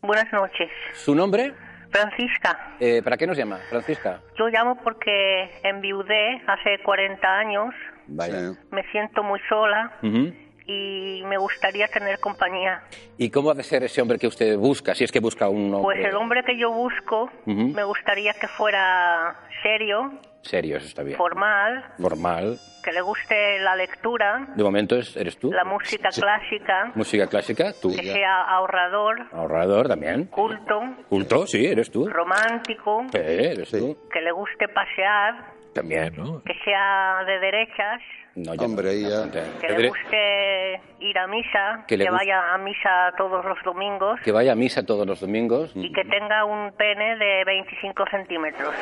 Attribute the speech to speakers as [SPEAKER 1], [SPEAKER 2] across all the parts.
[SPEAKER 1] buenas noches.
[SPEAKER 2] ¿Su nombre?
[SPEAKER 1] Francisca,
[SPEAKER 2] Eh, ¿Para qué nos llama, Francisca?
[SPEAKER 1] yo llamo porque enviudé hace 40 años,
[SPEAKER 2] Vaya.
[SPEAKER 3] Sí.
[SPEAKER 1] me siento muy sola
[SPEAKER 2] Ujú.
[SPEAKER 1] y me gustaría tener compañía.
[SPEAKER 2] ¿Y cómo ha de ser ese hombre que usted busca, si es que busca un hombre,
[SPEAKER 1] Pues el hombre que yo busco
[SPEAKER 2] Ujú.
[SPEAKER 1] me gustaría que fuera serio,
[SPEAKER 2] serio? Eso está bien.
[SPEAKER 1] formal,
[SPEAKER 2] Normal.
[SPEAKER 1] que le guste la lectura,
[SPEAKER 2] De momento es- eres tú.
[SPEAKER 1] la música clásica,
[SPEAKER 2] Música clásica, tú.
[SPEAKER 1] que sea ahorrador,
[SPEAKER 2] Ahorrador también.
[SPEAKER 1] culto,
[SPEAKER 2] Culto, sí, eres tú.
[SPEAKER 1] romántico,
[SPEAKER 2] Sí, eres tú.
[SPEAKER 1] que le guste pasear,
[SPEAKER 2] También, ¿no?
[SPEAKER 1] que sea de derechas,
[SPEAKER 2] No,
[SPEAKER 3] Hombre,
[SPEAKER 2] no,
[SPEAKER 3] ya.
[SPEAKER 2] bastante.
[SPEAKER 1] que
[SPEAKER 2] Que
[SPEAKER 1] le
[SPEAKER 2] dire-
[SPEAKER 1] guste ir a misa, que,
[SPEAKER 2] Que le gust-
[SPEAKER 1] vaya a misa todos los domingos
[SPEAKER 2] que vaya a misa todos los domingos.
[SPEAKER 1] y que tenga un pene de 25 centímetros.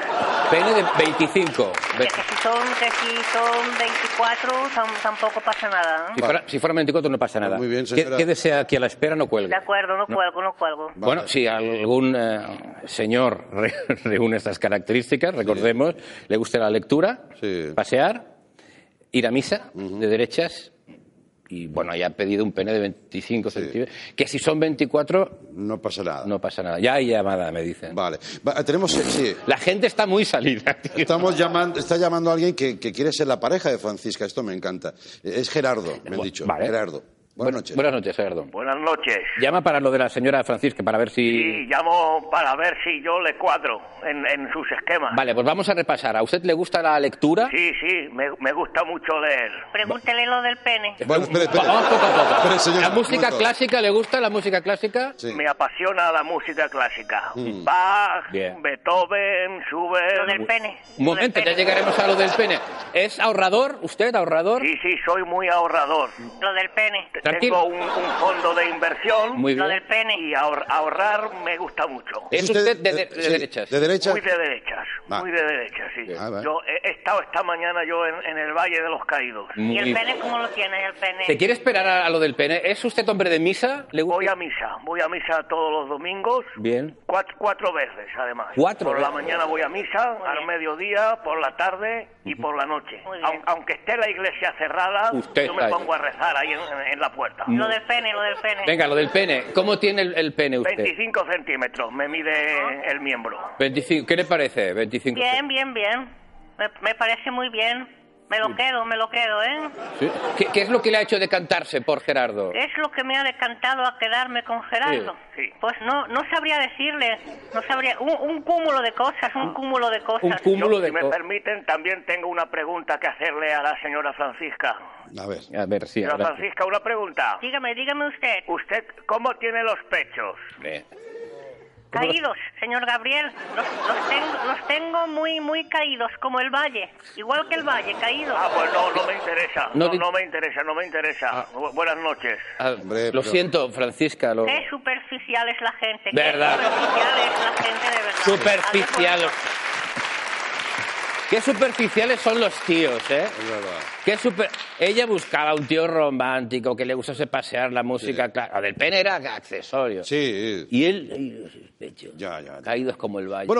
[SPEAKER 2] Pene de 25.
[SPEAKER 1] Que, que si son, que si son 24 tam- tampoco pasa nada.
[SPEAKER 2] Si
[SPEAKER 1] ¿eh?
[SPEAKER 2] fuera, si fuera 24 no pasa nada.
[SPEAKER 3] Pues Muy bien,
[SPEAKER 2] ¿Qué-
[SPEAKER 3] señora.
[SPEAKER 2] ¿Qué, desea que a la espera no cuelgue?
[SPEAKER 1] De acuerdo, no cuelgo, no cuelgo.
[SPEAKER 2] Bueno, si algún eh, señor re- reúne estas características, recordemos, le gusta la lectura,
[SPEAKER 3] Sí.
[SPEAKER 2] pasear, ir a misa de derechas y, bueno, ya ha pedido un pene de 25 centímetros, que si son 24
[SPEAKER 3] No pasa nada.
[SPEAKER 2] no pasa nada. Ya hay llamada, me dicen.
[SPEAKER 3] Vale. Va, tenemos. eh, Sí.
[SPEAKER 2] La gente está muy salida, tío.
[SPEAKER 3] Estamos llamando, está llamando a alguien que, que quiere ser la pareja de Francisca. Esto me encanta. Es Gerardo, me han
[SPEAKER 2] Bu-
[SPEAKER 3] dicho.
[SPEAKER 2] vale.
[SPEAKER 3] Gerardo. Buenas noches.
[SPEAKER 2] Buenas noches, Gerardo.
[SPEAKER 4] Buenas noches.
[SPEAKER 2] Llama para lo de la señora Francisca, para ver si...
[SPEAKER 4] Y llamo para ver si yo le cuadro en, en sus esquemas.
[SPEAKER 2] Vale, pues vamos a repasar. ¿A usted le gusta la lectura?
[SPEAKER 4] Sí, sí, me, me gusta mucho leer.
[SPEAKER 1] Pregúntele lo del pene.
[SPEAKER 3] Bueno, espere, espere.
[SPEAKER 2] Vamos poco a poco.
[SPEAKER 3] Espere, señora,
[SPEAKER 2] ¿La
[SPEAKER 3] un
[SPEAKER 2] música
[SPEAKER 3] momento.
[SPEAKER 2] clásica le gusta? ¿La música clásica?
[SPEAKER 3] Sí.
[SPEAKER 4] Me apasiona la música clásica. Bach,
[SPEAKER 2] Mm. Bien.
[SPEAKER 4] Beethoven,
[SPEAKER 1] Lo del
[SPEAKER 4] Schubert.
[SPEAKER 1] pene.
[SPEAKER 2] Un
[SPEAKER 1] lo del
[SPEAKER 2] momento, ya
[SPEAKER 1] pene.
[SPEAKER 2] llegaremos a lo del pene. ¿Es ahorrador? ¿Usted ahorrador?
[SPEAKER 4] Sí, sí, soy muy ahorrador.
[SPEAKER 1] Lo del pene.
[SPEAKER 2] Tranquilo.
[SPEAKER 4] Tengo un, un fondo de inversión
[SPEAKER 2] Muy
[SPEAKER 1] Lo
[SPEAKER 2] bien.
[SPEAKER 1] del pene.
[SPEAKER 4] y ahor- ahorrar me gusta mucho.
[SPEAKER 2] ¿Es usted de, de-
[SPEAKER 3] eh,
[SPEAKER 2] de
[SPEAKER 3] sí,
[SPEAKER 2] derechas?
[SPEAKER 3] De derechas.
[SPEAKER 4] Muy de derechas,
[SPEAKER 3] Ah.
[SPEAKER 4] muy de derechas, sí.
[SPEAKER 3] Ah, vale.
[SPEAKER 4] Yo he he estado esta mañana yo en, en el Valle de los Caídos.
[SPEAKER 1] ¿Y el
[SPEAKER 2] Muy-
[SPEAKER 1] pene cómo lo tiene el pene?
[SPEAKER 2] ¿Se quiere esperar a, a lo del pene? ¿Es usted hombre de misa? ¿Le gusta?
[SPEAKER 4] Voy a misa, voy a misa todos los domingos.
[SPEAKER 2] Bien.
[SPEAKER 4] Cuat- Cuatro, veces, además.
[SPEAKER 2] Cuatro
[SPEAKER 4] Por la
[SPEAKER 2] veces.
[SPEAKER 4] mañana voy a misa,
[SPEAKER 1] Muy
[SPEAKER 4] al
[SPEAKER 1] bien.
[SPEAKER 4] mediodía, por la tarde y por la noche.
[SPEAKER 1] Muy
[SPEAKER 4] Aun-
[SPEAKER 1] bien.
[SPEAKER 4] aunque esté la iglesia cerrada,
[SPEAKER 2] Usted
[SPEAKER 4] yo me
[SPEAKER 2] está ahí.
[SPEAKER 4] pongo a rezar ahí en, en la puerta.
[SPEAKER 1] Lo del pene, lo del pene.
[SPEAKER 2] Venga, lo del pene. ¿Cómo tiene el, el pene usted?
[SPEAKER 4] 25 centímetros me mide el miembro.
[SPEAKER 2] 25. ¿Qué le parece? 25.
[SPEAKER 1] Bien, bien, bien. Me, me parece muy bien. Me lo quedo, me lo quedo, ¿eh?
[SPEAKER 2] ¿Sí? ¿Qué, qué es lo que le ha hecho decantarse por Gerardo?
[SPEAKER 1] Es lo que me ha decantado a quedarme con Gerardo.
[SPEAKER 4] Sí, sí.
[SPEAKER 1] Pues no, no sabría decirle, no sabría, un, un cúmulo de cosas, un cúmulo de cosas.
[SPEAKER 2] Ah, Un cúmulo
[SPEAKER 4] Yo,
[SPEAKER 2] de
[SPEAKER 4] si me
[SPEAKER 2] co-
[SPEAKER 4] permiten, también tengo una pregunta que hacerle a la señora Francisca.
[SPEAKER 3] A ver.
[SPEAKER 4] Eh.
[SPEAKER 2] A ver, sí,
[SPEAKER 4] Señora
[SPEAKER 2] ahora sí.
[SPEAKER 4] Francisca, una pregunta.
[SPEAKER 1] Dígame, dígame usted.
[SPEAKER 4] ¿Usted cómo tiene los pechos?
[SPEAKER 2] Hombre.
[SPEAKER 1] Caídos, señor Gabriel, los, los tengo, los tengo muy, muy caídos, como el valle, igual que el valle, caídos.
[SPEAKER 4] Ah, pues no, no me interesa.
[SPEAKER 2] No Ah.
[SPEAKER 4] No,
[SPEAKER 2] di-
[SPEAKER 4] no me interesa, no me interesa. Bu- Buenas noches.
[SPEAKER 2] Ah,
[SPEAKER 3] Hombre,
[SPEAKER 2] lo
[SPEAKER 3] pero-
[SPEAKER 2] siento, Francisca. Lo...
[SPEAKER 4] Eh.
[SPEAKER 1] Qué superficial es la gente.
[SPEAKER 2] Verdad.
[SPEAKER 1] Qué superficial es la gente de verdad.
[SPEAKER 2] Superficial.
[SPEAKER 1] Adiós,
[SPEAKER 2] Qué superficiales son los tíos, ¿eh?
[SPEAKER 3] Es verdad.
[SPEAKER 2] Qué super... Ella buscaba un tío romántico que le gustase pasear la música. cla- A ver, el pene era accesorio.
[SPEAKER 3] Sí.
[SPEAKER 2] Y él. ay, los pechos.
[SPEAKER 3] Ya, ya, ya.
[SPEAKER 2] Caídos como el valle.
[SPEAKER 3] Bueno,